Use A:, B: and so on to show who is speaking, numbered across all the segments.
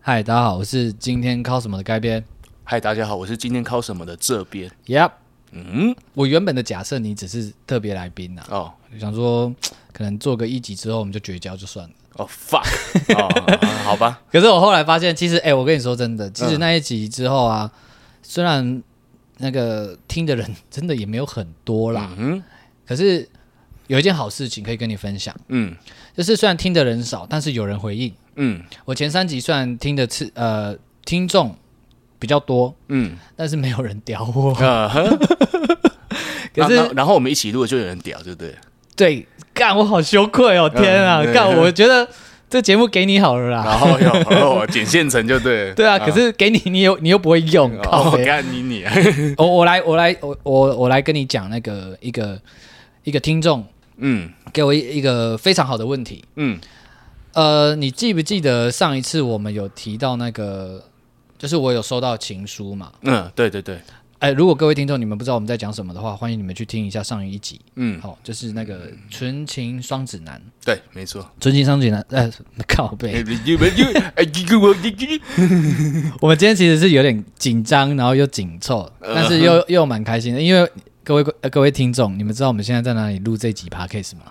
A: 嗨，大家好，我是今天靠什么的该编。
B: 嗨，大家好，我是今天靠什么的这边。
A: Yep，
B: 嗯，
A: 我原本的假设你只是特别来宾呐、
B: 哦
A: 想说可能做个一集之后我们就绝交就算了。
B: 哦，fuck，哦，啊好吧，
A: 可是我后来发现，其实哎、我跟你说真的，其实那一集之后啊，虽然那个听的人 真的也没有很多啦，
B: 嗯
A: 可是有一件好事情可以跟你分享，
B: 嗯
A: 就是虽然听的人少，但是有人回应。
B: 嗯
A: 我前三集虽然听的次呃听众比较多，
B: 嗯，
A: 但是没有人屌我。
B: 呃呵
A: 可
B: 然后
A: 是
B: 然后我们一起录就有人屌，对不对？
A: 对，干我好羞愧哦！天啊，
B: 嗯对
A: 干
B: 对
A: 我觉得这节目给你好了啦。
B: 然后有哦，剪现成就对了。
A: 啊 对啊，可是给你，你又你又不会用，靠
B: 哦，
A: 北啊
B: 干你你，
A: 我我来我来我我我来跟你讲那个一个一个听众
B: 嗯
A: 给我一一个非常好的问题。
B: 嗯，
A: 呃，你记不记得上一次我们有提到那个，就是我有收到情书嘛？
B: 嗯，对对对，
A: 哎、如果各位听众你们不知道我们在讲什么的话，欢迎你们去听一下上一集，
B: 嗯，
A: 好、就是那个纯情双子男，
B: 对，没错。
A: 纯情双子男，呃，靠背，我们今天其实是有点紧张，然后又紧凑，但是又又蛮开心的，因为各位呃各位听众，你们知道我们现在在哪里录这集 podcast 吗？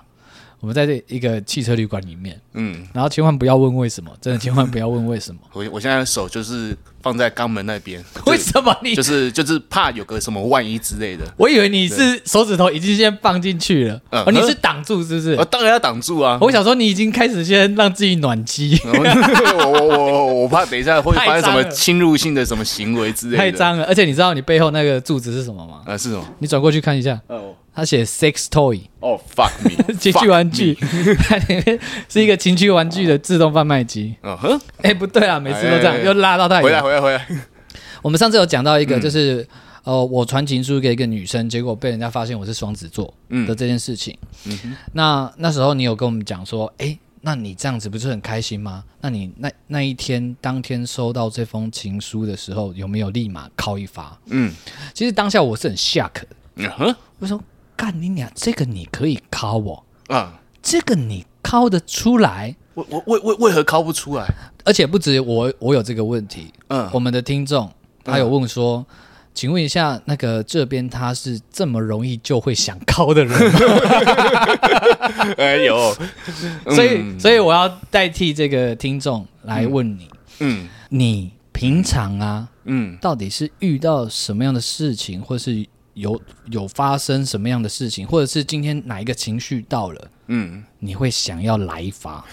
A: 我们在这一个汽车旅馆里面，
B: 嗯，，
A: 然后千万不要问为什么，真的千万不要问为什么
B: 我我现在手就是放在肛门那边，
A: 为什么你？
B: 就是就是怕有个什么万一之类的。
A: 我以为你是手指头已经先放进去了，
B: 嗯
A: 哦，你是挡住是不是？
B: 我当然要挡住啊！
A: 我想说你已经开始先让自己暖机，
B: 然后 我我我我怕等一下会发生什
A: 太
B: 么
A: 脏了
B: 侵入性的什么行为之类的。
A: 太！脏了。而且你知道你背后那个柱子是什么吗？
B: 呃，是什么？
A: 你转过去看一下，
B: 哦
A: 它写 sex toy。
B: 哦，fuck me，
A: 情趣玩具，它里面 是一个情趣玩具的自动贩卖 机。
B: Fuck me。哦哼，
A: 哎、不对啊，每次都这
B: 哎
A: 样，
B: 哎哎
A: 又拉到太
B: 回来嗯
A: 远。
B: 回来回来。
A: 我们上次有讲到一个，就是、呃，我传情书给一个女生，结果被人家发现我是双子座
B: 嗯
A: 的这件事情。那那时候你有跟我们讲说，哎、那你这样子不是很开心吗？那你那那一天当天收到这封情书的时候，有没有立马敲一发？
B: 嗯
A: 其实当下我是很 shock，的
B: 嗯哼
A: 我说干你俩，这个你可以敲我，
B: 啊，
A: 这个你敲得出来。
B: 我我为为为何敲不出来？
A: 而且不止我，我有这个问题。
B: 嗯
A: 我们的听众他有问说，请问一下，那个这边他是这么容易就会想高的人吗？
B: 哎呦，
A: 所以，所以我要代替这个听众来问你，
B: 嗯嗯
A: 你平常啊，
B: 嗯
A: 到底是遇到什么样的事情，或是有有发生什么样的事情，或者是今天哪一个情绪到了？
B: 嗯，
A: 你会想要来一发？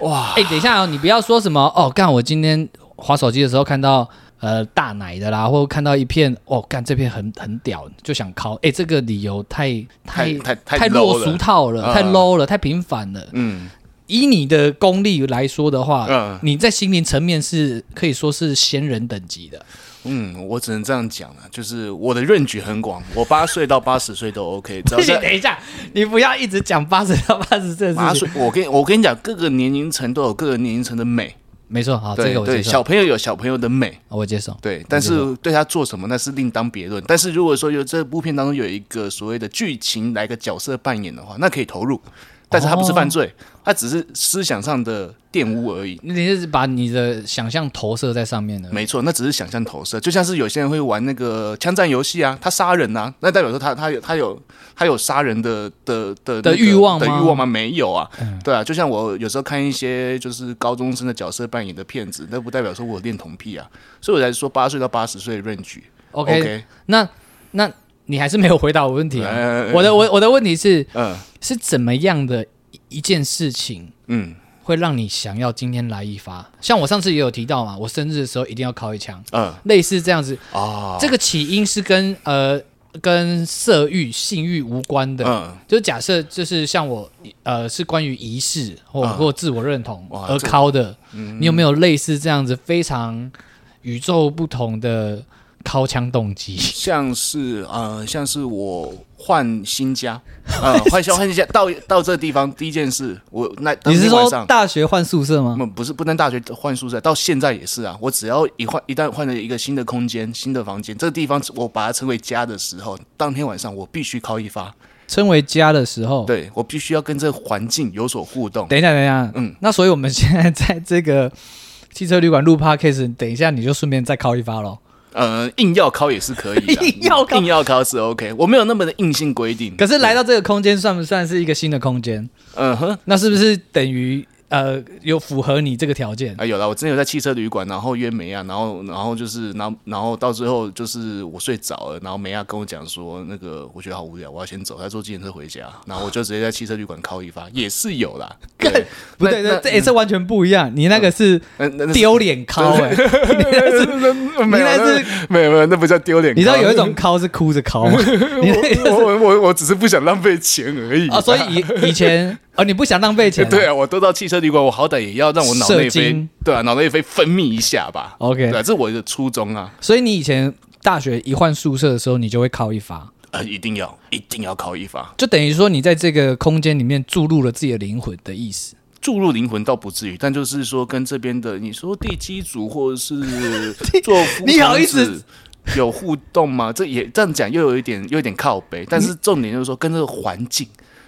B: 哇，
A: 哎、等一下哦，你不要说什么哦，干我今天划手机的时候看到呃大奶的啦，或看到一片哦，干这片很很屌，就想敲。哎、这个理由太太
B: 太太
A: 太
B: low
A: 落
B: 了
A: 俗套了，
B: 嗯
A: 太 low 了，太平凡了。
B: 嗯
A: 以你的功力来说的话，
B: 嗯
A: 你在心灵层面是可以说是仙人等级的。
B: 嗯，我只能这样讲了，就是我的认举很广，我八岁到八十岁都 OK，只 要
A: 不行，
B: 是。
A: 等一下，你不要一直讲八十到八十岁的
B: 八
A: 事情。
B: 岁，我跟我跟你讲，各个年龄层都有各个年龄层的美，
A: 没错，好，这
B: 对
A: 个我接
B: 对，小
A: 受，
B: 朋友有小朋友的美，
A: 我接受。
B: 对，但是对他做什么那是另当别论。但是如果说有这部片当中有一个所谓的剧情来个角色扮演的话，那可以投入，但是他不是犯罪，他只是思想上的玷污而已。
A: 你就是把你的想象投射在上面了。
B: 没错，那只是想象投射，就像是有些人会玩那个枪战游戏啊，他杀人啊，那代表说他他有他有他有杀人的的的、
A: 的
B: 那个
A: 欲望
B: 的
A: 吗
B: 欲望吗？没有啊，对啊，就像我有时候看一些就是高中生的角色扮演的片子，那不代表说我有恋童癖啊，所以我才说八岁到八十岁的 range。
A: OK，, 那那你还是没有回答我问题啊！
B: 哎
A: 我的我我的问题是
B: 嗯
A: 是怎么样的一一件事情
B: 嗯
A: 会让你想要今天来一发？像我上次也有提到嘛，我生日的时候一定要敲一枪，
B: 嗯
A: 类似这样子。
B: 啊，
A: 这个起因是跟呃跟色欲、性欲无关的。
B: 嗯
A: 就假设就是像我呃是关于仪式或、
B: 嗯
A: 或自我认同
B: 哇
A: 而
B: 这嗯
A: 敲的，你有没有类似这样子非常宇宙不同的敲枪动机？
B: 像是呃，像是我换新家， 呃，换新换新家到到这地方第一件事，我那当
A: 你是
B: 天晚
A: 说
B: 上。嗯
A: 大学换宿舍吗？
B: 不不是不能大学换宿舍，到现在也是啊。我只要一换一旦换了一个新的空间、新的房间，这个地方我把它称为家的时候，当天晚上我必须靠一发，
A: 称为家的时候，
B: 对我必须要跟这个环境有所互动。
A: 等一下，等一下，
B: 嗯
A: 嗯，那所以我们现在在这个汽车旅馆录 podcast，等一下你就顺便再敲一发喽。
B: 呃，硬要考也是可以 的，嗯
A: 硬要考
B: 硬要考是 OK，我没有那么的硬性规定。
A: 可是来到这个空间，算不算是一个新的空间？
B: 嗯哼，
A: 那是不是等于呃有符合你这个条件？
B: 啊，有了，我之前有在汽车旅馆，然后约梅亚，然后然后就是，然后然后到最后就是我睡着了，然后梅亚跟我讲说，那个我觉得好无聊，我要先走，她坐计程车回家，然后我就直接在汽车旅馆敲一发，也是有啦。对，
A: 不对，
B: 那
A: 这哎这完全不一样。你那个是
B: 那那那是
A: 丢脸敲
B: 嗯
A: 哎，你那是
B: 没有
A: 你那是
B: 那没有没有，那不叫丢脸。
A: 你知道有一种敲是哭着敲 吗？你那
B: 我，我我我我只是不想浪费钱而已
A: 啊，所以以以前哦，你不想浪费钱啊？
B: 对啊，我都到汽车旅馆，我好歹也要让我脑内
A: 射
B: 啡
A: 精，
B: 对啊，脑内啡分泌一下吧。
A: OK
B: 对啊，这是我的初衷啊，
A: 所以你以前大学一换宿舍的时候，你就会靠一发，
B: 呃，一定要一定要靠一发，
A: 就等于说你在这个空间里面注入了自己的灵魂的意思。
B: 注入灵魂倒不至于，但就是说跟这边的你说地基组或者是做夫
A: 你好意
B: 妻子
A: 思
B: 有互动吗？这也这样讲又有一点又有一点靠
A: 嗯
B: 背，但是重点就是说跟这个环境。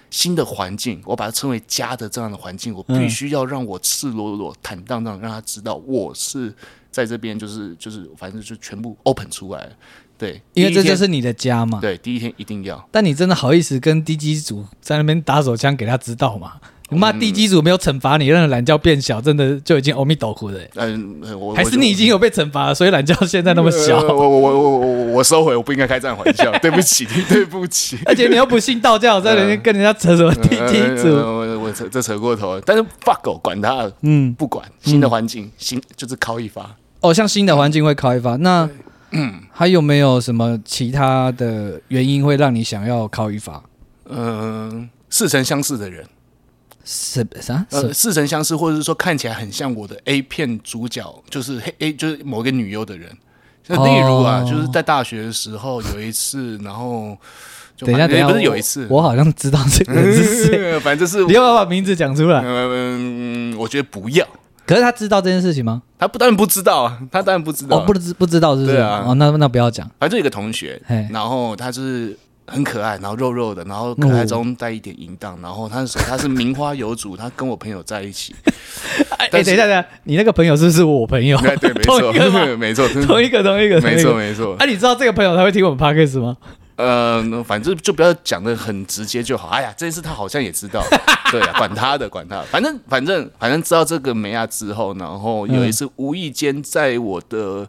B: 新的环境，我把它称为家的这样的环境，我必须要让我赤裸裸、坦荡荡，让他知道我是在这边，就是就是，反正就全部 open 出来了。对，
A: 因为
B: 第
A: 这
B: 一
A: 就
B: 天
A: 是你的家嘛，
B: 对第一天一定要。
A: 但你真的好意思跟地基组在那边打手枪给他知道吗？
B: 嗯
A: 你骂地基组没有惩罚你，让懒觉变小，真的就已经欧米斗哭了、欸。
B: 嗯，呃我
A: 还是你已经有被惩罚了，所以懒觉现在那么小。
B: 呃我我我我我我收回，我不应该开这样玩笑，对不起，对不起。
A: 而且你又不信道教，在那边跟人家扯什 么地基
B: 呃
A: 组？
B: 呃我我扯这扯过头了，但是 fuck 狗管他了，
A: 嗯，
B: 不管新的环境，新就是靠一发。
A: 哦，像新的环境会开发，那 还有没有什么其他的原因会让你想要靠一发？
B: 嗯，似曾相识的人，
A: 什啥？什
B: 呃，似曾相识，或者是说看起来很像我的 A 片主角，就是黑 A，就是某个女优的人。就例如啊，
A: 哦
B: 就是在大学的时候有一次，然后就
A: 等一下，
B: 反
A: 等一
B: 也
A: 下，
B: 不是
A: 我
B: 有一次，
A: 我好像知道这个人是 谁。
B: 反正就是
A: 你要不要把名字讲出来？
B: 嗯，我觉得不要，
A: 可是他知道这件事情吗？
B: 他不当然不知道啊，他当然不知道
A: 哦，
B: 啊。
A: 不知不知道是不是？
B: 对啊
A: 哦，那那不要讲。
B: 反正有一个同学
A: 嘿，
B: 然后他就是很可爱，然后肉肉的，然后可爱中带一点淫荡，然后他是他是名花有主，他跟我朋友在一 起，
A: 哎、
B: 但
A: 哎
B: 是
A: 等
B: 哎
A: 一下，等一下，你那个朋友是不是我朋友？
B: 对对，没错
A: 同一个吗，
B: 没错，
A: 同一个，同一个，
B: 没错
A: 同一个。
B: 没错，
A: 啊，你知道这个朋友他会听我们 podcast 吗？
B: 呃，反正就不要讲的很直接就好。哎呀，这件事他好像也 知道，对啊，管他的，管他的，反正反正反正知道这个梅亚之后，然后有一次无意间在我的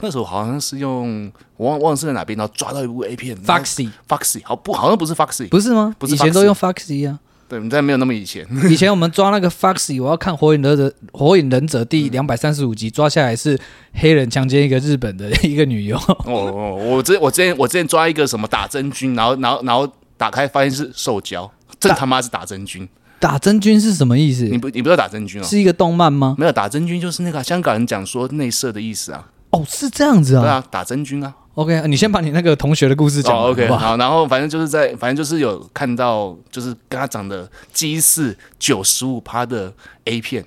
B: 那时候好像是用我忘忘了是在哪边，然后抓到一部 A 片
A: Foxy
B: Foxy，好不好像不是 Foxy，
A: 不是吗？
B: 不是
A: 以前都用 Foxy 啊。
B: 对，但没有那么以前。
A: 以前我们抓那个 Foxy，我要看《火影忍者》《火影忍者》第两百三十五集，抓下来是黑人强奸一个日本的一个女优，
B: 我我哦我之我之前我之前抓一个什么打真菌，然后然后然后打开发现是兽胶，这
A: 打
B: 他妈是打真菌！
A: 打真菌是什么意思
B: 你？不你不知道打真菌哦？
A: 是一个动漫吗？
B: 没有打真菌就是那个啊、香港人讲说内射的意思啊，
A: 哦，是这样子
B: 对
A: 啊。
B: 啊，打真菌啊。
A: OK，你先把你那个同学的故事讲
B: 哦
A: 完好
B: ，OK，
A: 不好？
B: 好，然后反正就是在反正就是有看到就是跟他长得鸡似九十五趴的 A 片，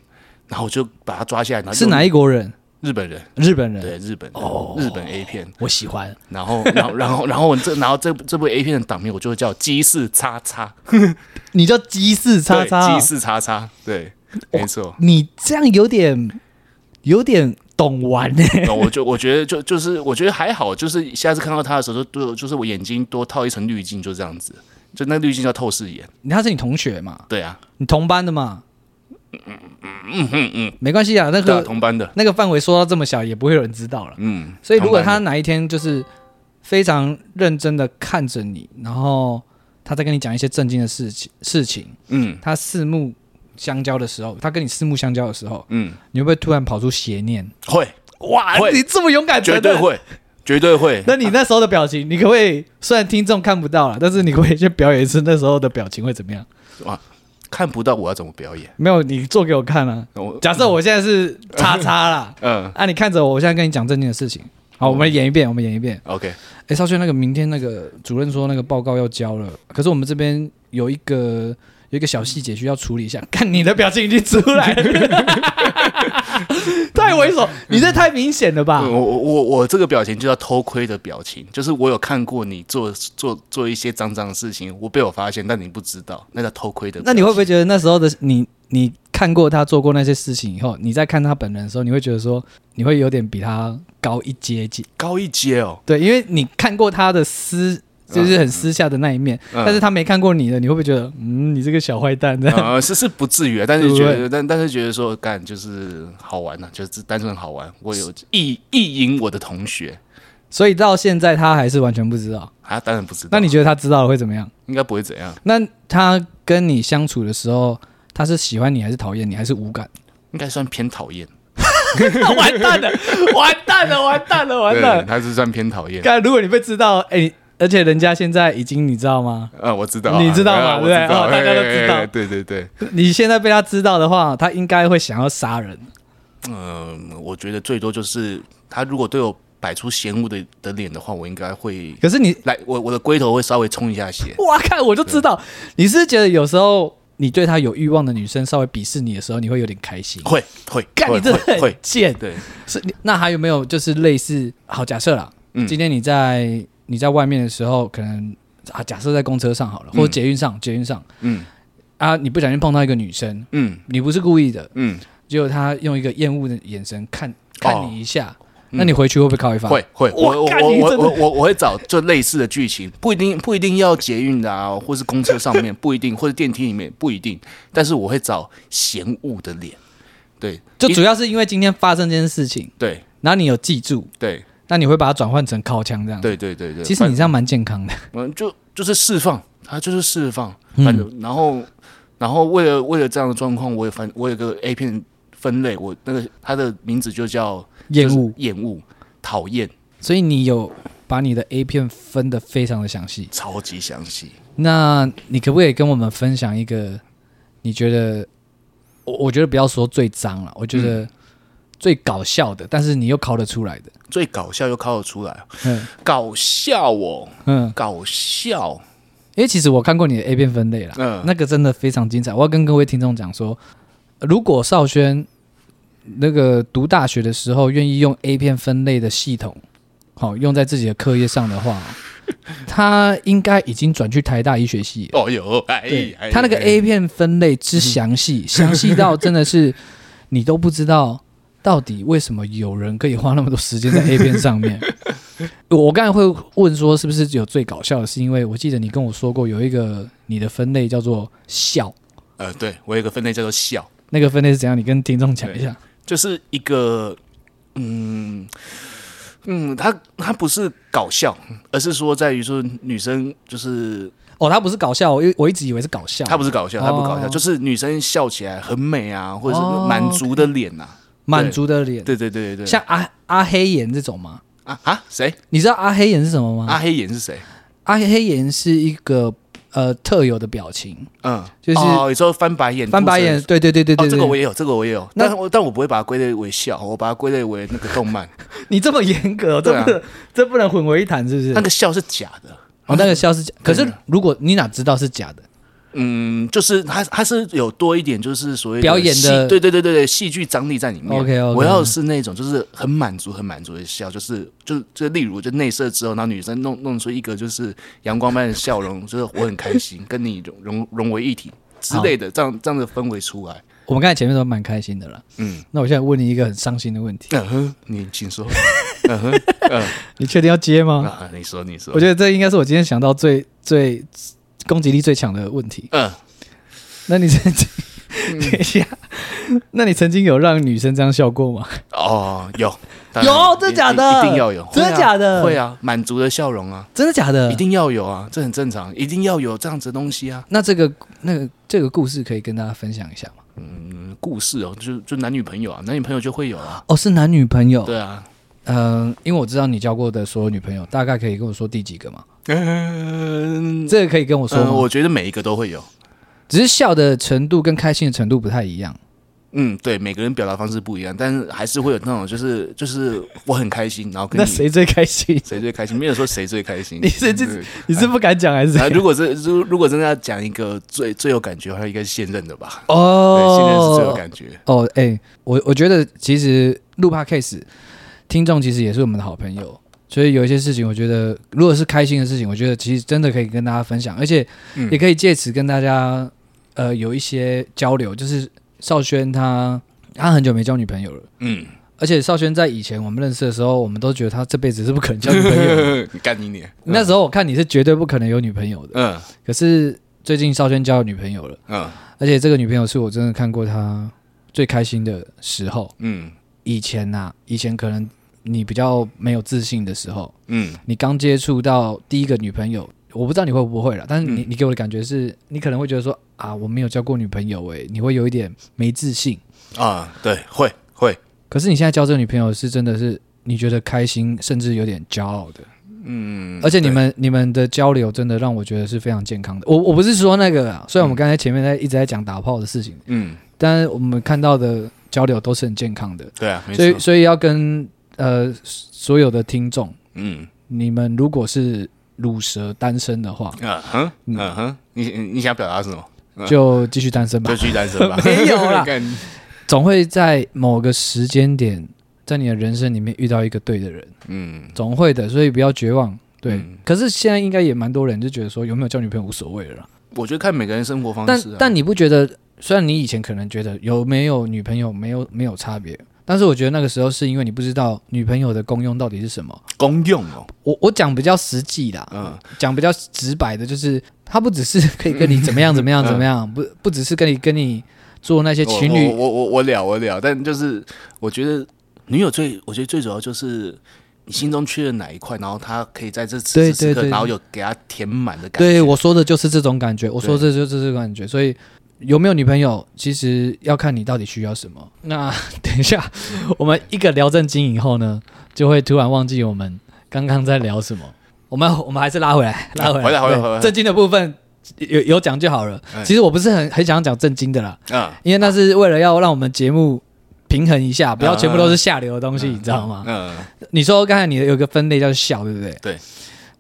B: 然后我就把他抓下来，然后
A: 是哪
B: 一
A: 一哦国人？
B: 日本人？
A: 日本人。
B: 对，日本人日本 A 片。
A: 我喜欢。
B: 然后， 然后，然后，然后我这，然后这这部 A 片的档名，我就叫鸡似叉叉。
A: 你叫鸡四叉
B: 对
A: 叉
B: 鸡
A: 哦，。
B: 翅叉叉，对，没错
A: 你这样有点有点懂玩呢、
B: 那我就我觉得就就是我觉得还好，就是下次看到他的时候，就多就是我眼睛多套一层滤镜，就这样子，就那滤镜叫透视眼。
A: 他是你同学嘛？
B: 对啊，
A: 你同班的嘛？嗯嗯嗯嗯，没关系啊，那
B: 对啊，
A: 个
B: 同班的，
A: 那个范围缩到这么小，也不会有人知道了。
B: 嗯，
A: 所以如果
B: 同
A: 他
B: 班
A: 哪一天就是非常认真的看着你，然后他在跟你讲一些震惊的事情事情，
B: 的嗯
A: 他四目相交的时候，他跟你四目相交的时候，
B: 嗯
A: 你会不会突然跑出邪念？
B: 会，
A: 哇
B: 会
A: 你这么勇敢，
B: 绝对。会，绝对会。
A: 哎那你那时候的表情，你可不可以？虽然听众看不到了，但是你可不可以先表演一次那时候的表情会怎么样？
B: 看不到我要怎么表演？
A: 没有，你做给我看啊。
B: 我，
A: 假设我现在是叉叉啦
B: 嗯
A: 啊，你看着我，我现在跟你讲正经的事情。好，我们演一遍，我们演一遍。
B: ，OK，
A: 哎、少轩，那个明天那个主任说那个报告要交了，可是我们这边有一个有一个小细节需要处理一下。看你的表情已经出来了， 太猥琐，你这太明显了吧
B: 嗯？我我我我这个表情就叫偷窥的表情，就是我有看过你做做做一些脏脏的事情，我被我发现，但你不知道，那叫偷窥的表情。
A: 那你会不会觉得那时候的你你看过他做过那些事情以后，你再看他本人的时候，你会觉得说，你会有点比他高一阶级。
B: 高一 阶哦，
A: 对，因为你看过他的私，就是很私下的那一面，
B: 嗯
A: 但是他没看过你的，你会不会觉得，嗯，你这个小坏蛋这样？
B: 呃，是是不至于啊，但是
A: 对
B: 觉
A: 不
B: 得，但但是觉得说，干就是好玩呐、就是单纯好玩。我有意意淫我的同学
A: 所以到现在他还是完全不知道。
B: 啊，当然不知道。
A: 那你觉得他知道了会怎么样？
B: 应该不会怎样，
A: 那他跟你相处的时候，他是喜欢你还是讨厌你还是无感？
B: 应该算偏讨厌。
A: 完蛋了，完蛋了，完蛋了，完蛋
B: 对，
A: 了！
B: 他是算偏讨厌。
A: 看，如果你被知道，哎、你而且人家现在已经你知道吗？
B: 呃，我知道啊，
A: 你知道嘛
B: 啊我
A: 对不对
B: 知道
A: 哦大家都知道
B: 哎对对对，
A: 你现在被他知道的话，他应该会想要杀人。
B: 嗯，我觉得最多就是他如果对我摆出嫌恶的的脸的话，我应该会
A: 可是你，
B: 来，我我的龟头会稍微冲一下血。
A: 哇看我就知道，你是觉得有时候你对他有欲望的女生稍微鄙视你的时候，你会有点开心。
B: 会会，
A: 干，
B: 哦会
A: 你真的
B: 会
A: 很
B: 会，
A: 贱。
B: 对，
A: 是，你那还有没有就是类似？好，假设啦，
B: 嗯
A: 今天你在你在外面的时候，可能啊，假设在公车上好了，或者捷运上，捷运上
B: 嗯
A: 啊，你不小心碰到一个女生，
B: 嗯
A: 你不是故意的，
B: 嗯，
A: 结果她用一个厌恶的眼神看
B: 哦
A: 看你一下，
B: 嗯
A: 那你回去会不会告一发？
B: 会会，
A: 哇
B: 我我
A: 干
B: 我
A: 你
B: 我
A: 真的
B: 我我我会找就类似的剧情，不一定不一定要捷运的啊，或是公车上面不一定，或者电梯里面不一定，但是我会找嫌恶的脸，对，
A: 就主
B: 一
A: 要是因为今天发生这件事情，
B: 对
A: 然后你有记住，
B: 对
A: 那你会把它转换成靠枪这样。，
B: 对对对对，
A: 其实你这样蛮健康的。
B: 嗯，就就是释放，他就是释放，
A: 嗯
B: 反正、然后然后为了为了这样的状况，我也反我有个 A 片分类，我那个它的名字就叫
A: 厌
B: 就是
A: 恶，
B: 厌恶讨厌，
A: 所以你有把你的 A 片分得非常的详细。
B: 超级详细。
A: 那你可不可以跟我们分享一个你觉得，我我觉得不要说最脏了，我觉
B: 嗯
A: 得最搞笑的，但是你又考得出来的，
B: 最搞笑又靠得出来，
A: 嗯
B: 搞笑哦，
A: 嗯，
B: 搞笑，
A: 因为其实我看过你的 A 片分类啦，
B: 嗯
A: 那个真的非常精彩。我要跟各位听众讲说，如果少轩那个读大学的时候愿意用 A 片分类的系统，好、用在自己的课业上的话，他应该已经转去台大医学系了。
B: 哦哟，
A: 对
B: 哎，哎，
A: 他那个
B: 哎
A: A 片分类之详 细，详细到真的是你都不知道到底为什么有人可以花那么多时间在 A 片上 面。我刚才会问说是不是有最搞笑的，是因为我记得你跟我说过有一个你的分类叫做笑，
B: 呃，对我有一个分类叫做笑，
A: 那个分类是怎样？你跟听众讲一下。
B: 就是一个，嗯嗯，他他不是搞笑，而是说在于说女生就是
A: 哦，他不是搞笑，我一我一直以为是搞笑，
B: 她不是搞笑，她不搞笑，
A: 哦
B: 就是女生笑起来很美啊，或者
A: 哦
B: 是满足的脸呐、啊，
A: 满足的脸，
B: 对对对对对，
A: 哦像阿阿黑岩这种吗？
B: 啊啊谁？
A: 你知道阿黑岩是什么吗？
B: 阿黑眼是谁？
A: 阿黑岩是一个呃特有的表情，
B: 嗯，
A: 就是
B: 哦，你说翻白眼，
A: 翻白
B: 吐舌
A: 眼，对对对对对
B: 哦，这
A: 对，
B: 个我也有，这个我也有，
A: 那
B: 但我但我不会把它归类为笑，我把它归类为那个动 漫，
A: 你这么严格，这
B: 对啊
A: 不能、这不能混为一谈，是不是？
B: 那个啊笑是假的。
A: 哦，那个笑是假，可是如果你哪知道是假的？
B: 嗯，就是它它是有多一点，就是所谓
A: 表演的
B: 戏对对对对对，戏剧张力在里面。
A: OK，OK
B: 我要是那种就是很满足、很满足的笑，就是就就例如就内射之后，然后女生弄弄出一个就是阳光般的笑容，就是我很开心，跟你融融融为一体之类的，这样这样的氛围出来。
A: 我们刚才前面都蛮开心的了，
B: 嗯，
A: 那我现在问你一个很伤心的问题，
B: 嗯哼，你请说 嗯
A: 你确定要接吗？
B: 啊，你说你说
A: 我，觉得这应该是我今天想到最最攻击力最强的问题。
B: 嗯，
A: 那你曾经， 等一下，那你曾经有让女生这样笑过吗？
B: 哦，有当然
A: 有真的假的
B: 一定一定要有，
A: 真的
B: 会啊
A: 假的
B: 会啊，满足的笑容啊，
A: 真的假的？
B: 一。定要有啊，这很正常，一定要有这样子的东西啊。
A: 那这个那个这个故事可以跟大家分享一下吗？
B: 嗯故事哦，就就男女朋友啊，男女朋友就会有啊。
A: 哦，是男女朋友。
B: 对啊，
A: 嗯、因为我知道你交过的所有女朋友，大概可以跟我说第几个吗？
B: 嗯，
A: 这个可以跟我说吗？
B: 呃我觉得每一个都会有。
A: 只是笑的程度跟开心的程度不太一样。
B: 嗯，对，每个人表达方式不一样，但是还是会有那种，就是就是我很开心，然后跟
A: 那
B: 你
A: 谁最开 心？
B: 谁最开心，没有说谁最开 心。
A: 你是就是
B: 对
A: 你是不敢讲还是
B: 啊，
A: 怎样？
B: 如果是如如果真的要讲一个最最有感觉的话，应该是现任的吧？对，现任是最有
A: 哦
B: 感觉。
A: 哦，哎、我我觉得其实录 podcast 听众其实也是我们的好朋友，所以有一些事情，我觉得如果是开心的事情，我觉得其实真的可以跟大家分享，而且
B: 嗯
A: 也可以借此跟大家呃有一些交流，就是少轩他他很久没交女朋友了，
B: 嗯，
A: 而且少轩在以前我们认识的时候，我们都觉得他这辈子是不可能交女朋友 的。
B: 干你脸，
A: 那时候我看你是绝对不可能有女朋友的，
B: 嗯
A: 可是最近少轩交了女朋友了，
B: 嗯
A: 而且这个女朋友是我真的看过他最开心的时候。
B: 嗯
A: 以前呐、以前可能你比较没有自信的时候，
B: 嗯
A: 你刚接触到第一个女朋友，我不知道你会不会了，但是你、
B: 嗯
A: 你给我的感觉是你可能会觉得说啊，我没有交过女朋友诶、你会有一点没自信。
B: 啊，对，会会，
A: 可是你现在交这个女朋友是真的是你觉得开心，甚至有点骄傲的。
B: 嗯，
A: 而且你们你们的交流真的让我觉得是非常健康的。我我不是说那个啊，虽然
B: 嗯
A: 我们刚才前面在一直在讲打炮的事情，
B: 对，嗯，
A: 但是我们看到的交流都是很健康的，
B: 对啊，没
A: 所以
B: 错，
A: 所以要跟呃所有的听众，
B: 嗯
A: 你们如果是乳蛇单身的话，
B: 啊哼嗯哼，你你你想表达什 么？嗯
A: 就继续单身吧，
B: 就，去单身吧
A: 没有啦
B: 干
A: 总会在某个时间点，在你的人生里面遇到一个对的人，
B: 嗯，
A: 总会的，所以不要绝望。对，
B: 嗯
A: 可是现在应该也蛮多人就觉得说有没有交女朋友无所谓了啦。
B: 我觉得看每个人生活方
A: 但
B: 式啊，
A: 但你不觉得？虽然你以前可能觉得有没有女朋友没有没有差别，但是我觉得那个时候是因为你不知道女朋友的功用到底是什么。
B: 公用哦，
A: 我我讲比较实际啦，
B: 嗯
A: 讲比较直白的，就是他不只是可以跟你怎么样
B: 嗯
A: 怎么样怎么样，不不只是跟你跟你做那些
B: 我
A: 情侣
B: 我我我我了我了，但就是我觉得女友最，我觉得最主要就是你心中缺了哪一块，然后她可以在这此
A: 对
B: 时此
A: 对
B: 刻，
A: 对
B: 然后有给她填满的感觉。
A: 对，我说的就是这种感觉，我说这就是这种感觉，所以。有没有女朋友，其实要看你到底需要什么。那 等一下，我们一个聊正经以后呢，就会突然忘记我们刚刚在聊什么。我们我们还是拉回来，拉回来，
B: 回来回来
A: 对
B: 回来
A: 正经的部分有有讲就好了。
B: 哎
A: 其实我不是很很想讲正经的啦，
B: 嗯，
A: 因为那是为了要让我们节目平衡一下，不要全部都是下流的东西，你知道吗？
B: 啊嗯
A: 你说刚才你有个分类叫笑，对不对？
B: 对，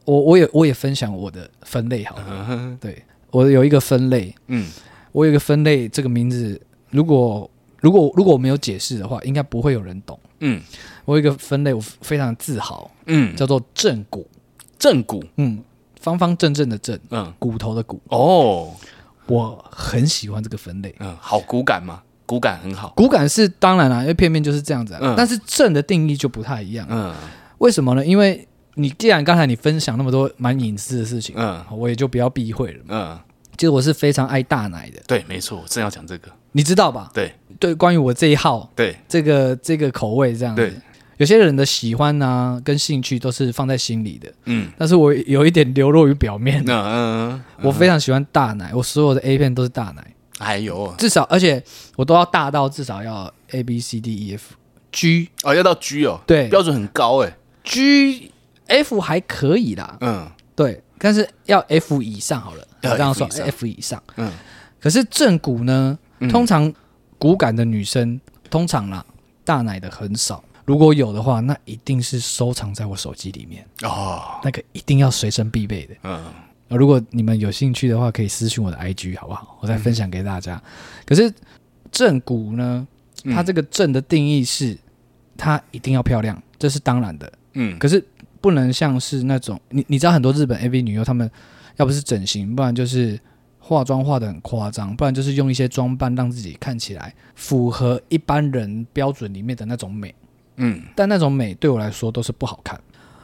A: 我我也我也分享我的分类好了。
B: 嗯哼
A: 对我有一个分类，
B: 嗯
A: 我有一个分类，这个名字如果如果如果我没有解释的话，应该不会有人懂。
B: 嗯
A: 我有一个分类，我非常自豪，
B: 嗯，
A: 叫做正骨，
B: 正骨，
A: 嗯，方方正正的正，
B: 嗯
A: 骨头的骨，
B: 哦，
A: 我很喜欢这个分类。
B: 嗯，好骨感嘛，骨感很好。
A: 骨感是当然啦、因为片面就是这样子、啊，
B: 嗯
A: 但是正的定义就不太一样。
B: 嗯
A: 为什么呢？因为你既然刚才你分享那么多蛮隐私的事情，
B: 嗯
A: 我也就不要避讳了嘛。
B: 嗯，
A: 其实我是非常爱大奶的，
B: 对，没错，我正要讲这个。
A: 你知道吧？
B: 对
A: 对，关于我这一号，
B: 对
A: 这个这个口味这样
B: 对
A: 子。，有些人的喜欢啊，跟兴趣都是放在心里的，
B: 嗯
A: 但是我有一点流落于表面。
B: 那嗯，
A: 我非常喜欢大奶，我所有的 A 片都是大奶，
B: 还有哦
A: 至少而且我都要大到至少要 A B C D E F G
B: 哦，要到 G 哦，
A: 对
B: 标准很高哎。
A: G F 还可以啦，
B: 嗯
A: 对，但是要 F 以上好了，我
B: 要
A: 这样
B: F
A: 说
B: 以上
A: F 以上。
B: 嗯
A: 可是正骨呢，
B: 嗯
A: 通常骨感的女生，通常啦，大奶的很少。如果有的话，那一定是收藏在我手机里面，
B: 哦
A: 那个一定要随身必备的。
B: 嗯
A: 那如果你们有兴趣的话，可以私信我的 IG 好不好？我再分享给大家。可是正骨呢，
B: 嗯
A: 它这个正的定义是，它一定要漂亮，这是当然的。
B: 嗯
A: 可是不能像是那种你你知道很多日本 AV 女优，她们要不是整形，不然就是化妆化的很夸张，不然就是用一些装扮让自己看起来符合一般人标准里面的那种美。
B: 嗯
A: 但那种美对我来说都是不好看。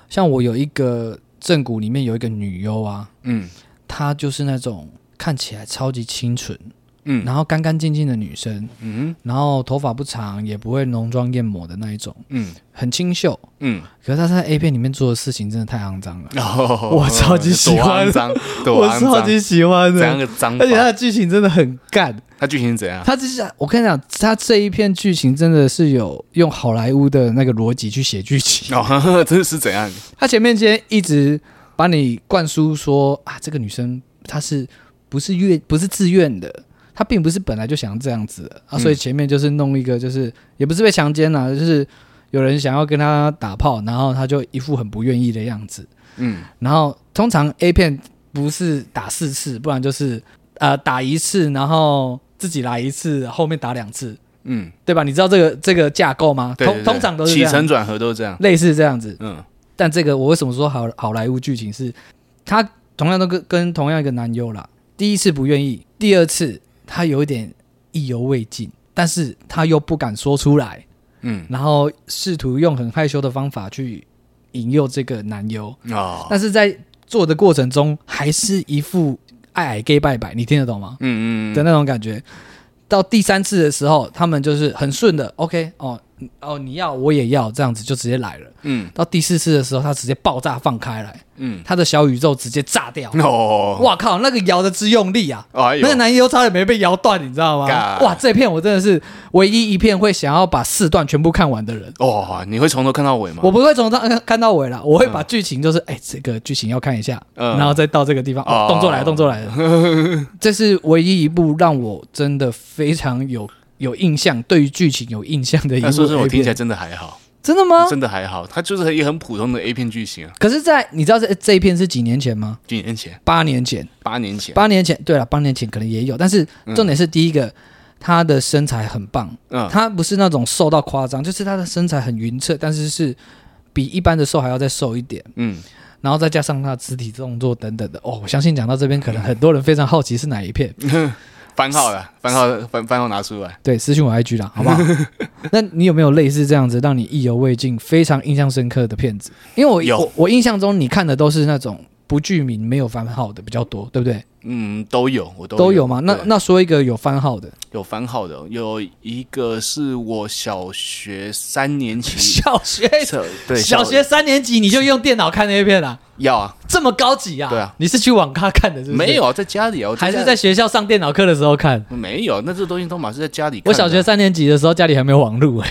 A: 像我有一个正骨里面有一个女优啊，
B: 嗯
A: 她就是那种看起来超级清纯，
B: 嗯
A: 然后干干净净的女生，
B: 嗯
A: 然后头发不长，也不会浓妆艳抹的那一种，
B: 嗯
A: 很清秀。
B: 嗯，
A: 可是她在 A 片里面做的事情真的太肮脏了。
B: 哦，
A: 我超级喜欢
B: 多肮脏，多
A: 我
B: 肮
A: 超
B: 脏，
A: 级喜欢
B: 怎样啊
A: 的，
B: 个脏法？
A: 而且它的剧情真的很干。
B: 它剧情是怎样？
A: 它只是我跟你讲，它这一片剧情真的是有用好莱坞的那个逻辑去写剧情。
B: 哦，呵呵真的是怎样？
A: 它前面先一直把你灌输说啊，这个女生她是不是愿不是自愿的，她并不是本来就想这样子的啊，
B: 嗯
A: 所以前面就是弄一个就是也不是被强奸啦、啊就是有人想要跟她打炮，然后她就一副很不愿意的样子。
B: 嗯
A: 然后通常 A 片不是打四次，不然就是呃打一次，然后自己来一次，后面打两次，
B: 嗯，
A: 对吧？你知道这个这个架构吗？
B: 对，对
A: 通
B: 对
A: 通常都是这
B: 起承
A: 样，
B: 转合都是这样。
A: 类似这样子。
B: 嗯
A: 但这个我为什么说好好莱坞剧情是，他同样都跟跟同样一个男优啦，第一次不愿意，第二次他有一点意犹未尽，但是他又不敢说出来，
B: 嗯
A: 然后试图用很害羞的方法去引诱这个男优，
B: 啊，
A: 但是在做的过程中，还是一副爱矮 gay 拜拜，你听得懂吗？
B: 嗯嗯
A: 的那种感觉。到第三次的时候，他们就是很顺的，OK，哦嗯哦，你要我也要，这样子就直接来了。
B: 嗯
A: 到第四次的时候，他直接爆炸放开来，
B: 嗯
A: 他的小宇宙直接炸掉。
B: 嗯，哦，
A: 哇靠，那个摇的之用力啊！
B: 哎
A: 那个
B: 呦，
A: 男优差点没被摇断，你知道吗？
B: God
A: 哇，这片我真的是唯一一片会想要把四段全部看完的人。
B: 哦，你会从头看到尾吗？
A: 我不会从到看到尾了，我会把剧情就是，哎、这个剧情要看一下，
B: 嗯
A: 然后再到这个地方，哦
B: 哦、
A: 动作来了，动作来了。 这是唯一一部让我真的非常有有印象，对于剧情有印象的一部 A
B: 那说真的，
A: 片。
B: 我听起来真的还好，
A: 真的吗？
B: 真的还好，它就是一个很普通的 A 片剧情啊，
A: 可是在，你知道这这一片是几年前吗？
B: 几年前，
A: 八年前，
B: 八年前，
A: 八年前，对了，八年前可能也有，但是重点是第一个，他的身材很棒，
B: 嗯
A: 他不是那种瘦到夸张，就是他的身材很匀称，但是是比一般的瘦还要再瘦一点。
B: 嗯
A: 然后再加上他的肢体动作等等的哦，我相信讲到这边，可能很多人非常好奇是哪一片。
B: 嗯番号了，番号番番号拿出来，
A: 对，私信我 IG 啦，好不 好？那你有没有类似这样子让你意犹未尽、非常印象深刻的片子？因为
B: 有
A: 我我我印象中你看的都是那种不具名、没有番号的比较多，对不对？
B: 嗯，都有，我都
A: 都有吗？那
B: 对嗯
A: 那说一个有番号的，
B: 有番号的，哦有一个是我小学三年 级，
A: 小学
B: 测对
A: 小学三年级你就用电脑看 A 片啦，
B: 要啊，
A: 这么高级啊？
B: 对啊，
A: 你是去网咖看的，是不是？
B: 没，有在家里啊，我
A: 还是
B: 家
A: 在学校上电脑课的时候看。
B: 没有，啊那这东西都嘛是在家里看的啊。
A: 我小 学三年级的时候，家里还没有网路哎、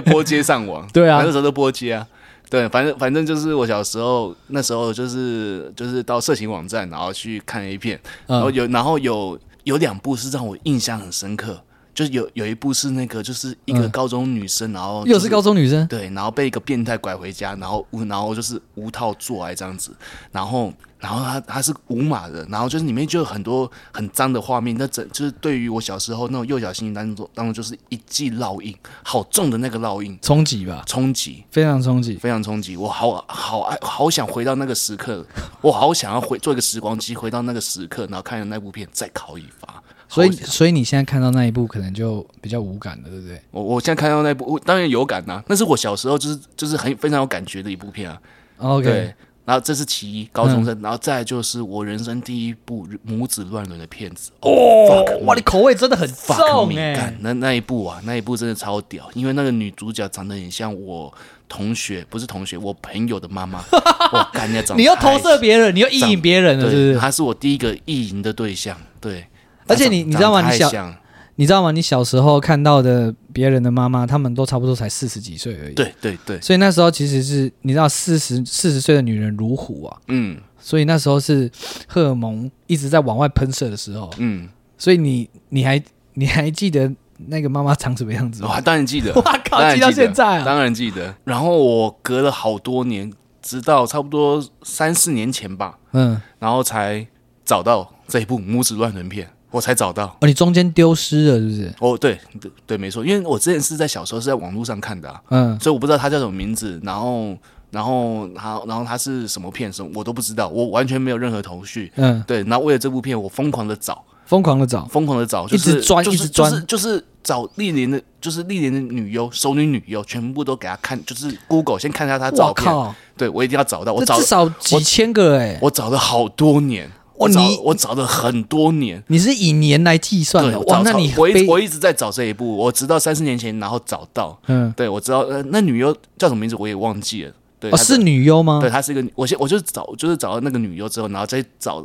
B: 拨接上网，
A: 对啊
B: 那时候都拨接啊。对，反正反正就是我小时候那时候就是就是到色情网站，然后去看 A 片，然后
A: 嗯，
B: 有然后有有两部是让我印象很深刻，就是有有一部是那个就是一个
A: 嗯
B: 高中女生，然后、
A: 又是高中女生，
B: 对，然后被一个变态拐回家，然后无然后就是无套做爱这样子，然后然后他他是无码的，然后就是里面就有很多很脏的画面，那整就是对于我小时候那种幼小心灵当中当中就是一记烙印，好重的那个烙印
A: 冲击吧，
B: 冲击。
A: 非常冲击。
B: 非常冲击，我好好爱，好想回到那个时刻，我好想要回做一个时光机，回到那个时刻，然后看那部片再考一发。
A: 所以，
B: 好
A: 所以你现在看到那一部，可能就比较无感了，对不对？
B: 我我现在看到那部，我当然有感呐、那是我小时候就是就是很非常有感觉的一部片啊。
A: OK，嗯
B: 对，然后这是其一，高中生，然后再来就是我人生第一部母子乱伦的片子，哦，
A: 哦，哇，你口味真的很
B: fuck
A: 重
B: me，
A: 哎、
B: 干那那一部啊，那一部真的超屌，因为那个女主角长得很像我同学，不是同学，我朋友的妈 妈，我干人家长得
A: 你又
B: 太
A: 投射别人，你又意淫别人了，是不
B: 对，
A: 是？
B: 她是我第一个意淫的对象，对，
A: 而且你你
B: 她长
A: 知道吗
B: 长得
A: 你
B: 太
A: 小
B: 像
A: 你知道吗？你小时候看到的别人的妈妈，他们都差不多才四十几岁而已。，
B: 对对对，
A: 所以那时候其实是你知道，四十四十岁的女人如虎啊，
B: 嗯
A: 所以那时候是荷尔蒙一直在往外喷射的时候，
B: 嗯，
A: 所以你你还你还记得那个妈妈长什么样子吗？
B: 我当然记得，
A: 嗯 哇靠
B: 当然
A: 记到
B: 记得
A: 现在啊
B: 当然记得。然后我隔了好多年，直到差不多三四年前吧，
A: 嗯，
B: 然后才找到这一部母子乱伦片，我才找到。
A: 哦，你中间丢失了是不是？
B: 哦，对对对，没错，因为我之前是在小时候是在网络上看的、啊，
A: 嗯，
B: 所以我不知道它叫什么名字，然后然后它然后它是什么片什么我都不知道，我完全没有任何头绪。
A: 嗯，
B: 对，然后为了这部片，我疯狂的找，
A: 疯狂的找，
B: 疯狂的找，就是
A: 一直钻
B: 就是
A: 一直钻
B: 就是就是找历年的，就是历年的女优、熟女女优，全部都给她看，就是 Google 先看一下她照
A: 我
B: 片，
A: 靠，
B: 对我一定要找到，我
A: 这
B: 找
A: 至少几千个哎、
B: 我找了好多年，我
A: 哇
B: 找
A: 你
B: 我找了很多年，
A: 你是以年来计算
B: 对，
A: 的
B: 我
A: 哇
B: 找？
A: 那
B: 超
A: 你
B: 我一
A: 非
B: 直我一直在找这一部，我直到三四年前然后找到，
A: 嗯，
B: 对我知道呃那女优叫什么名字我也忘记了，对，
A: 哦
B: 她
A: 是女优吗
B: 对，？她是一个，我先我就是找，就是找到那个女优之后，然后再找，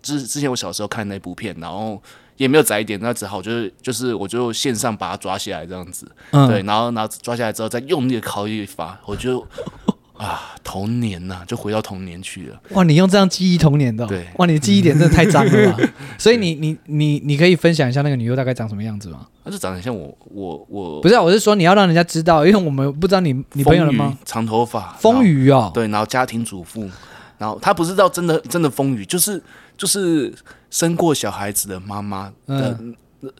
B: 之之前我小时候看的那部片，然后也没有窄一点，那只好就是就是我就线上把她抓起来这样子，对，
A: 嗯，
B: 然后然后抓下来之后再用力的敲一发，我就啊童年呐、就回到童年去了，
A: 哇，你用这样记忆童年的、哦，
B: 对
A: 哇，你的记忆点真的太脏了 吧？所以你你你你可以分享一下那个女优大概长什么样子吗？
B: 她就长得很像我我我
A: 不是、啊，我是说你要让人家知道，因为我们不知道你你朋友了
B: 丰
A: 吗
B: 腴？长头发，
A: 风雨哦，
B: 啊对，然后家庭主妇，然后她不知道真的真的风雨，就是就是生过小孩子的妈妈的、
A: 嗯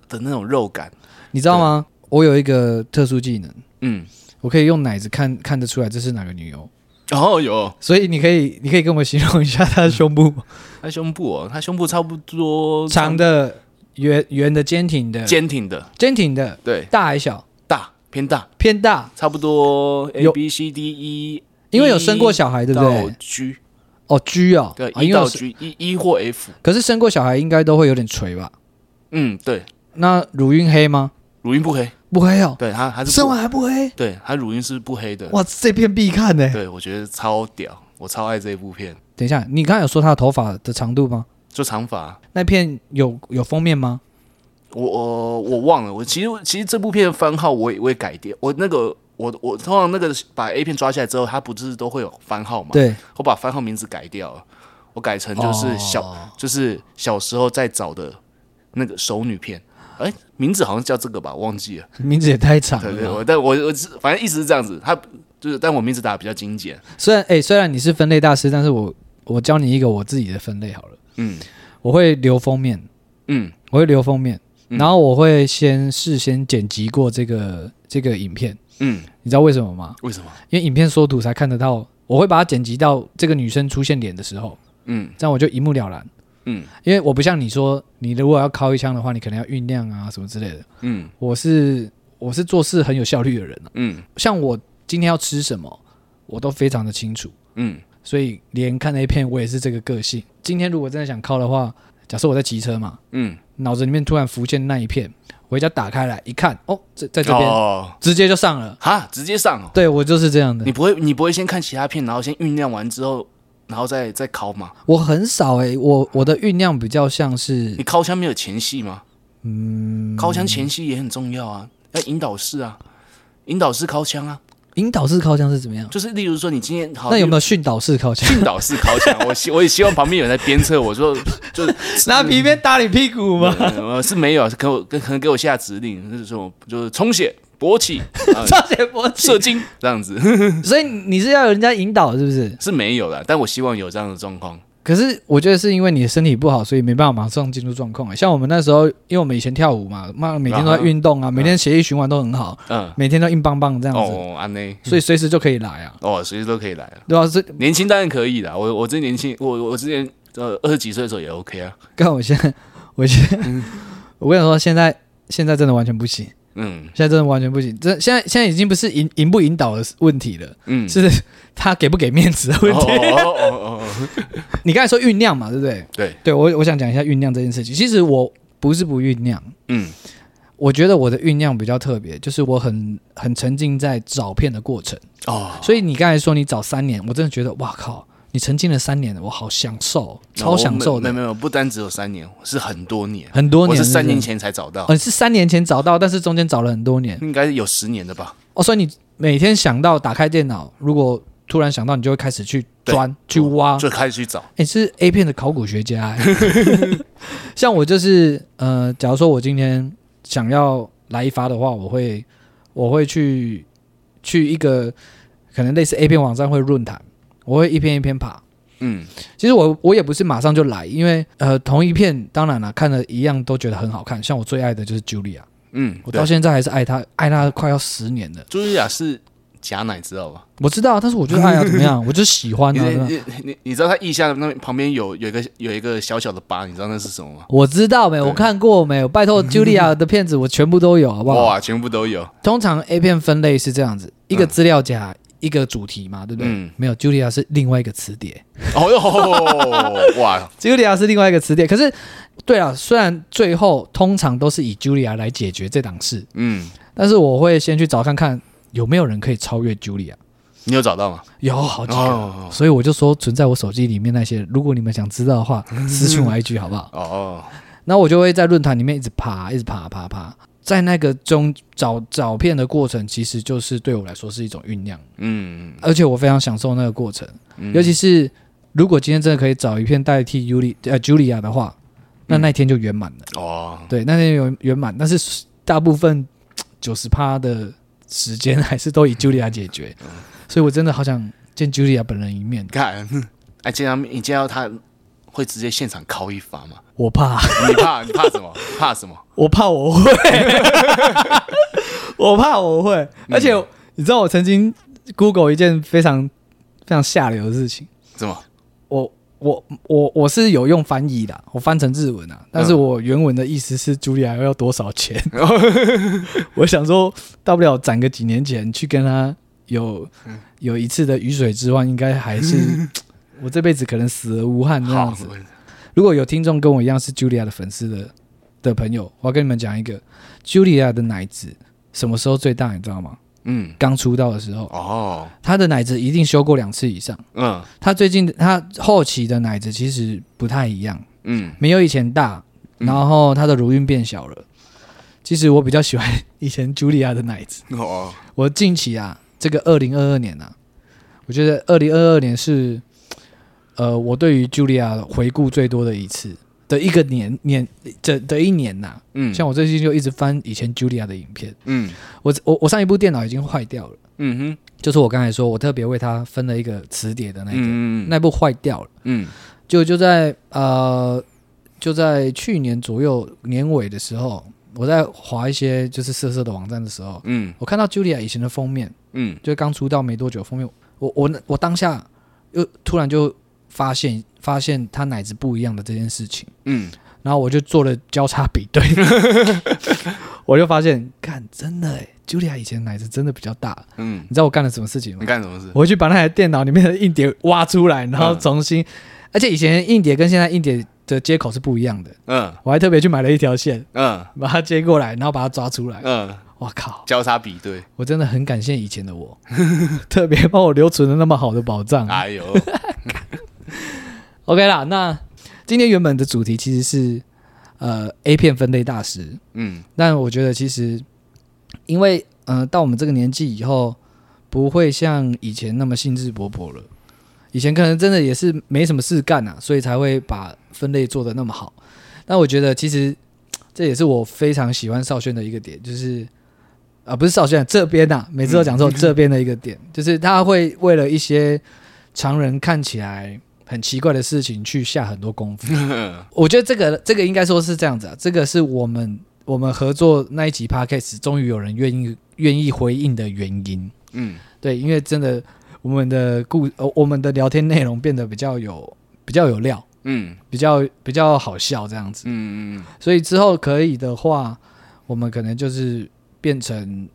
B: 的那种肉感，
A: 你知道吗？我有一个特殊技能，
B: 嗯，
A: 我可以用奶子看看得出来这是哪个女优，
B: 然后哦有
A: 所以你可以你可以 跟我形容一下她的胸部
B: 她胸部、哦，她胸部差不多
A: 长的圆圆的坚挺的
B: 坚挺的，
A: 坚挺的
B: 对，
A: 大还小
B: 大偏大，
A: 偏大，
B: 差不多 A
A: 有
B: B C D E，
A: 因为有生过小孩对不
B: 到
A: 对？
B: G，
A: 哦，G 哦，
B: 对，
A: 啊
B: 一
A: 因为
B: 到
A: 有生
B: G，一一或 F，
A: 可是生过小孩应该都会有点垂吧？
B: 嗯，对，
A: 那乳晕黑吗？
B: 乳晕不黑，
A: 不黑哦，
B: 对，它它是
A: 生
B: 不
A: 完还不黑，
B: 对，它乳晕是不黑的，
A: 哇，这片必看呢。
B: 对我觉得超屌，我超爱这一部片，
A: 等一下，你刚才有说他的头发的长度吗？
B: 就长发，
A: 那片有有封面吗？
B: 我我我忘了，我其实其实这部片的番号我也我也改掉，我那个我我通常那个把 A 片抓下来之后，它不是都会有番号嘛？
A: 对，
B: 我把番号名字改掉了，我改成就是小、
A: 哦
B: 就是小时候在找的那个熟女片，哎、名字好像叫这个吧，忘记了。
A: 名字也太长
B: 对
A: 了
B: 对，
A: 吧。
B: 我但我我是反正意思是这样子，它就是但我名字打的比较精简，
A: 虽然哎、虽然你是分类大师，但是我我教你一个我自己的分类好了。
B: 嗯
A: 我会留封面，
B: 嗯
A: 我会留封面，
B: 嗯
A: 然后我会先事先剪辑过这个这个影片，
B: 嗯，
A: 你知道为什么吗？
B: 为什么？
A: 因为影片缩图才看得到，我会把它剪辑到这个女生出现脸的时候，
B: 嗯
A: 这样我就一目了然。
B: 嗯
A: 因为我不像你说，你如果要敲一枪的话，你可能要酝酿啊什么之类的。
B: 嗯
A: 我是我是做事很有效率的人啊，
B: 嗯
A: 像我今天要吃什么，我都非常的清楚，
B: 嗯
A: 所以连看 A 片我也是这个个性。今天如果真的想靠的话，假设我在骑车嘛，
B: 嗯，
A: 脑子里面突然浮现那一片，我回家打开来一看，哦，这在这边、
B: 哦，
A: 直接就上了。
B: 哈，直接上哦。
A: 对我就是这样的
B: 你，不会，你不会先看其他片，然后先酝酿完之后，然后再再敲吗？
A: 我很少诶、我我的酝酿比较像
B: 你
A: 是
B: 敲枪没有前戏吗？嗯，敲枪前戏也很重要啊，要引导式啊，引导式敲枪啊，
A: 引导式靠枪是怎么样？
B: 就是例如说你今天好，
A: 那有
B: 例
A: 没有训导式靠枪
B: 如？训导式敲枪？我希我也希望旁边有人在鞭策我说，就是
A: 拿皮鞭打你屁股吗？
B: 呃是没有啊，是给我可可能给我下指令，就是说就是充血、勃起、呃
A: 超前勃起，
B: 射精这样子
A: 所以你是要人家引导是不是？
B: 是没有的，但我希望有这样的状况。
A: 可是我觉得是因为你的身体不好，所以没办法马上进入状况。欸像我们那时候，因为我们以前跳舞嘛，妈每天都在运动啊，每天血液循环都很好，
B: 嗯，
A: 每天都硬邦邦这样子，
B: 哦，安内，
A: 所以随时就可以来啊，
B: 哦，随时都可以来了。
A: 对吧、啊？这
B: 年轻当然可以啦，我我之前年轻，我我之前呃二十几岁的时候也 OK 啊，
A: 看我现在，我现在， 我跟你说，现在现在真的完全不行，
B: 嗯
A: 现在真的完全不行。这现在现在已经不是引引不引导的问题了，
B: 嗯，
A: 是他给不给面子的问
B: 哦
A: 题。
B: 哦哦哦哦，
A: 你刚才说酝酿嘛，对不对？
B: 对，
A: 对我我想讲一下酝酿这件事情。其实我不是不酝酿。
B: 嗯
A: 我觉得我的酝酿比较特别，就是我很很沉浸在找片的过程。
B: 哦，
A: 所以你刚才说你找三年，我真的觉得哇靠，你沉浸了三年了，我好享受，超享受
B: 哦没
A: 的
B: 有，没有，不单只有三年，是很多年，
A: 很多
B: 我
A: 年。
B: 是三年
A: 前，
B: 前才找到，
A: 呃，是三年前找到，但是中间找了很多年。
B: 应该有十年的吧？
A: 哦，所以你每天想到打开电脑，如果突然想到，你就会开始去
B: 对
A: 钻去挖。
B: 就开始去找，
A: 哎、是 A 片的考古学家、欸。像我就是呃，假如说我今天想要来一发的话，我会我会去去一个可能类似 A 片网站会论坛，我会一篇一篇爬。
B: 嗯
A: 其实我我也不是马上就来，因为呃，同一片当然了，看了一样都觉得很好看。像我最爱的就是 Julia，
B: 嗯，
A: 我到现在还是爱她，爱她快要十年了。
B: 茱莉亚是假奶，知道吧？
A: 我知道，但是我就爱啊，怎么 样？我就喜欢
B: 你
A: 啊，对吧？
B: 你你你知道他腋下那旁边有有一个有一个小小的疤，你知道那是什么吗？
A: 我知道没，
B: 对
A: 我看过没，拜托 Julia 的片子我全部都有，好不好？
B: 哇，全部都有，
A: 通常 A 片分类是这样子，一个资料夹，一个主题嘛，对不对？
B: 嗯
A: 没有 Julia 是另外一个词典
B: 哦哟，哇，
A: ，Julia 是另外一个词典。可是，对啊，虽然最后通常都是以 Julia 来解决这档事，
B: 嗯，
A: 但是我会先去找看看有没有人可以超越 Julia。
B: 你有找到吗？
A: 有好几个，
B: 哦
A: 所以我就说存在我手机里面那些，如果你们想知道的话，私信 我 IG 好不好？
B: 哦，
A: 那我就会在论坛里面一直爬，一直爬，爬爬。在那个中找找片的过程，其实就是对我来说是一种酝酿，
B: 嗯
A: 而且我非常享受那个过程。
B: 嗯，
A: 尤其是如果今天真的可以找一片代替 Yuli 呃 Julia 的话，那
B: 嗯
A: 那天就圆满了。
B: 哦，
A: 对，那天圆圆满，但是大部分九十趴的时间还是都以 Julia 解决，
B: 嗯
A: 所以我真的好想见 Julia 本人一面，
B: 看，哎，见到你见到他会直接现场敲一发吗？
A: 我怕，
B: 你怕你怕什么？怕什么？
A: 我怕我会，我怕我会，而且你知道我曾经 Google 一件非常非常下流的事情，
B: 什么？
A: 我我我我是有用翻译的，我翻成日文啊，但是我原文的意思是茱莉亚要多少钱？ 我想说，大不了攒个几年钱去跟他有有一次的鱼水之欢，应该还是我这辈子可能死而无憾那样
B: 好
A: 子。，如果有听众跟我一样是 Julia 的粉丝的的朋友，我要跟你们讲一个 Julia 的奶子什么时候最大，你知道吗？
B: 嗯，
A: 刚出道的时候，
B: 哦，
A: 她的奶子一定修过两次以上。
B: 嗯
A: 她最近她后期的奶子其实不太一样，
B: 嗯，
A: 没有以前大，然后她的乳晕变小了。其实我比较喜欢以前 Julia 的奶子。
B: 哦，
A: 我近期啊，这个二零二二年啊，我觉得二零二二年是呃，我对于 Julia 回顾最多的一次的一个年年这的一年呐、
B: 嗯，
A: 像我最近就一直翻以前 Julia 的影片，
B: 嗯
A: 我我我上一部电脑已经坏掉了，
B: 嗯哼，
A: 就是我刚才说我特别为它分了一个磁碟的那个，
B: 嗯嗯
A: 那部坏掉了，
B: 嗯
A: 就就在呃就在去年左右年尾的时候，我在划一些就是色色的网站的时候，
B: 嗯
A: 我看到 Julia 以前的封面。
B: 嗯
A: 就刚出道没多久，封面我我那我当下又突然就发现发现他奶子不一样的这件事情，
B: 嗯，
A: 然后我就做了交叉比对， 我就发现，干真的哎、j u l i a 以前奶子真的比较大，
B: 嗯，
A: 你知道我干了什么事情吗
B: 你？干什么事？
A: 我会去把那台电脑里面的硬碟挖出来，然后
B: 嗯
A: 重新，而且以前硬碟跟现在硬碟的接口是不一样的，
B: 嗯
A: 我还特别去买了一条线，
B: 嗯
A: 把它接过来，然后把它抓出来。
B: 嗯，
A: 我靠！
B: 交叉比对，
A: 我真的很感谢以前的我， 特别帮我留存了那么好的宝藏。
B: 哎呦，
A: OK 啦，那今天原本的主题其实是呃 A 片分类大师，
B: 嗯
A: 但我觉得其实因为呃到我们这个年纪以后，不会像以前那么兴致勃勃了。以前可能真的也是没什么事干啊，所以才会把分类做得那么好。但我觉得其实这也是我非常喜欢少轩的一个点，就是啊、不是少轩这边呐、啊，每次都讲错这边的一个点，就是他会为了一些常人看起来很奇怪的事情去下很多功夫。我觉得这个这个应该说是这样子啊，这个是我们我们合作那一集 podcast 终于有人愿意愿意回应的原因。
B: 嗯
A: 对，因为真的我们的故呃我们的聊天内容变得比较有比较有料，
B: 嗯
A: 比较比较好笑这样子，
B: 嗯嗯
A: 所以之后可以的话，我们可能就是变成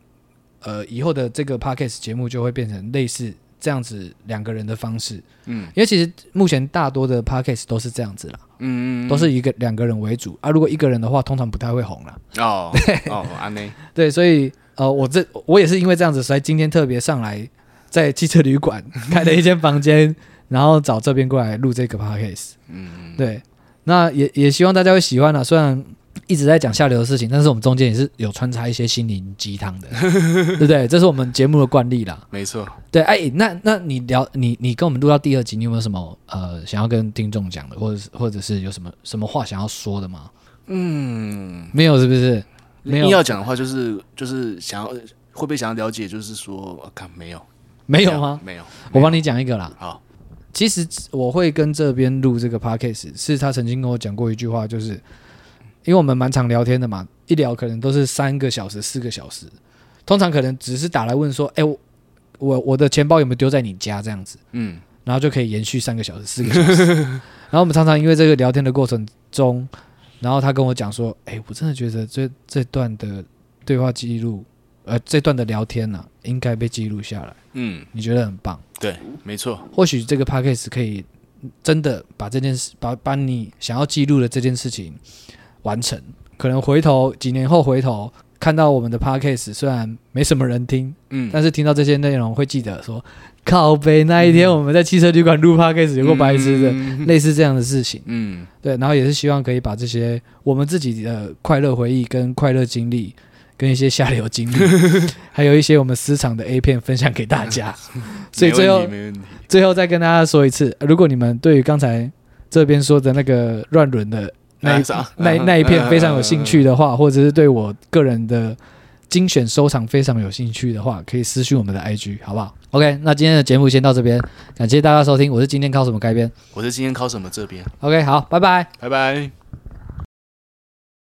A: 呃以后的这个 podcast 节目就会变成类似这样子两个人的方式，
B: 嗯
A: 因为其实目前大多的 podcast 都是这样子啦，
B: 嗯，
A: 都是一个两个人为主啊，如果一个人的话，通常不太会红啦。
B: 哦哦，安内，
A: 对，所以呃，我这我也是因为这样子，所以今天特别上来在汽车旅 馆开了一间房间，然后找这边过来录这个 podcast。
B: 嗯
A: 对，那也也希望大家会喜欢啦、虽然一直在讲下流的事情，但是我们中间也是有穿插一些心灵鸡汤 的，对不对？这是我们节目的惯例啦。
B: 没错，
A: 对，哎，那那你聊你你跟我们录到第二集，你有没有什么呃想要跟听众讲的，或者是或者是有什么什么话想要说的吗？
B: 嗯，
A: 没有，是不是？没
B: 硬
A: 有，
B: 要讲的话，就是就是想要会不会想要了解，就是说，啊，看没有
A: 没有吗？
B: 没有，
A: 我帮你讲一个啦。
B: 好，
A: 其实我会跟这边录这个 podcast，是他曾经跟我讲过一句话，就是因为我们蛮常聊天的嘛，一聊可能都是三个小时、四个小时，通常可能只是打来问说，哎、我我我的钱包有没有丢在你家这样子，
B: 嗯
A: 然后就可以延续三个小时、四个小时。然后我们常常因为这个聊天的过程中，然后他跟我讲说，哎、我真的觉得这这段的对话记录，呃，这段的聊天呐、应该被记录下来，
B: 嗯，
A: 你觉得很棒。
B: 对，没错，
A: 或许这个 p a c k a g e 可以真的把这件事，把把你想要记录的这件事情完成。可能回头几年后回头看到我们的 p a c k a g e 虽然没什么人听，
B: 嗯
A: 但是听到这些内容会记得说，靠北那一天我们在汽车旅馆录 p a c k a g e 有过白痴的，
B: 的，
A: 类似这样的事情。
B: 嗯
A: 对，然后也是希望可以把这些我们自己的快乐回忆、跟快乐经历、跟一些下流经历，还有一些我们私藏的 A 片分享给大家。所以最后
B: 没问题没问题，
A: 最后再跟大家说一次，如果你们对于刚才这边说的那个乱伦的那一、
B: 啥
A: 那那一
B: 啊
A: 片非常有兴 趣，的话，或者是对我个人的精选收藏非常有兴趣的话，可以私讯我们的 IG，好不好？OK，那今天的节目先到这边，感谢大家收听，我是今天靠什么改编
B: 我是今天考什么这边，
A: ，OK，好，拜拜。
B: 拜拜。